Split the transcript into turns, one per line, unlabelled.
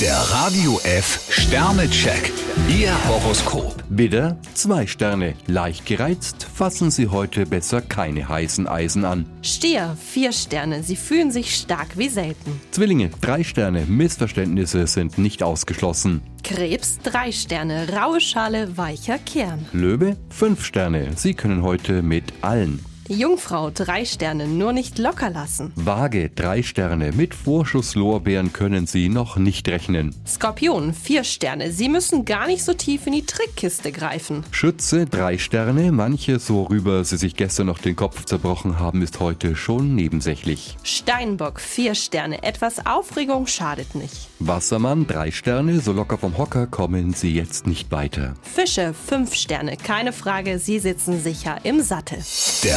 Der Radio F Sternecheck. Ihr Horoskop.
Widder, zwei Sterne, leicht gereizt, fassen Sie heute besser keine heißen Eisen an.
Stier, vier Sterne. Sie fühlen sich stark wie selten.
Zwillinge, drei Sterne, Missverständnisse sind nicht ausgeschlossen.
Krebs, drei Sterne. Raue Schale, weicher Kern.
Löwe, fünf Sterne, Sie können heute mit allen.
Jungfrau, drei Sterne. Nur nicht locker lassen.
Waage, drei Sterne, mit Vorschusslorbeeren können Sie noch nicht rechnen.
Skorpion, vier Sterne. Sie müssen gar nicht so tief in die Trickkiste greifen.
Schütze, drei Sterne, manches, worüber Sie sich gestern noch den Kopf zerbrochen haben, ist heute schon nebensächlich.
Steinbock, vier Sterne. Etwas Aufregung schadet nicht.
Wassermann, drei Sterne, so locker vom Hocker kommen Sie jetzt nicht weiter.
Fische, fünf Sterne. Keine Frage, Sie sitzen sicher im Sattel.
Der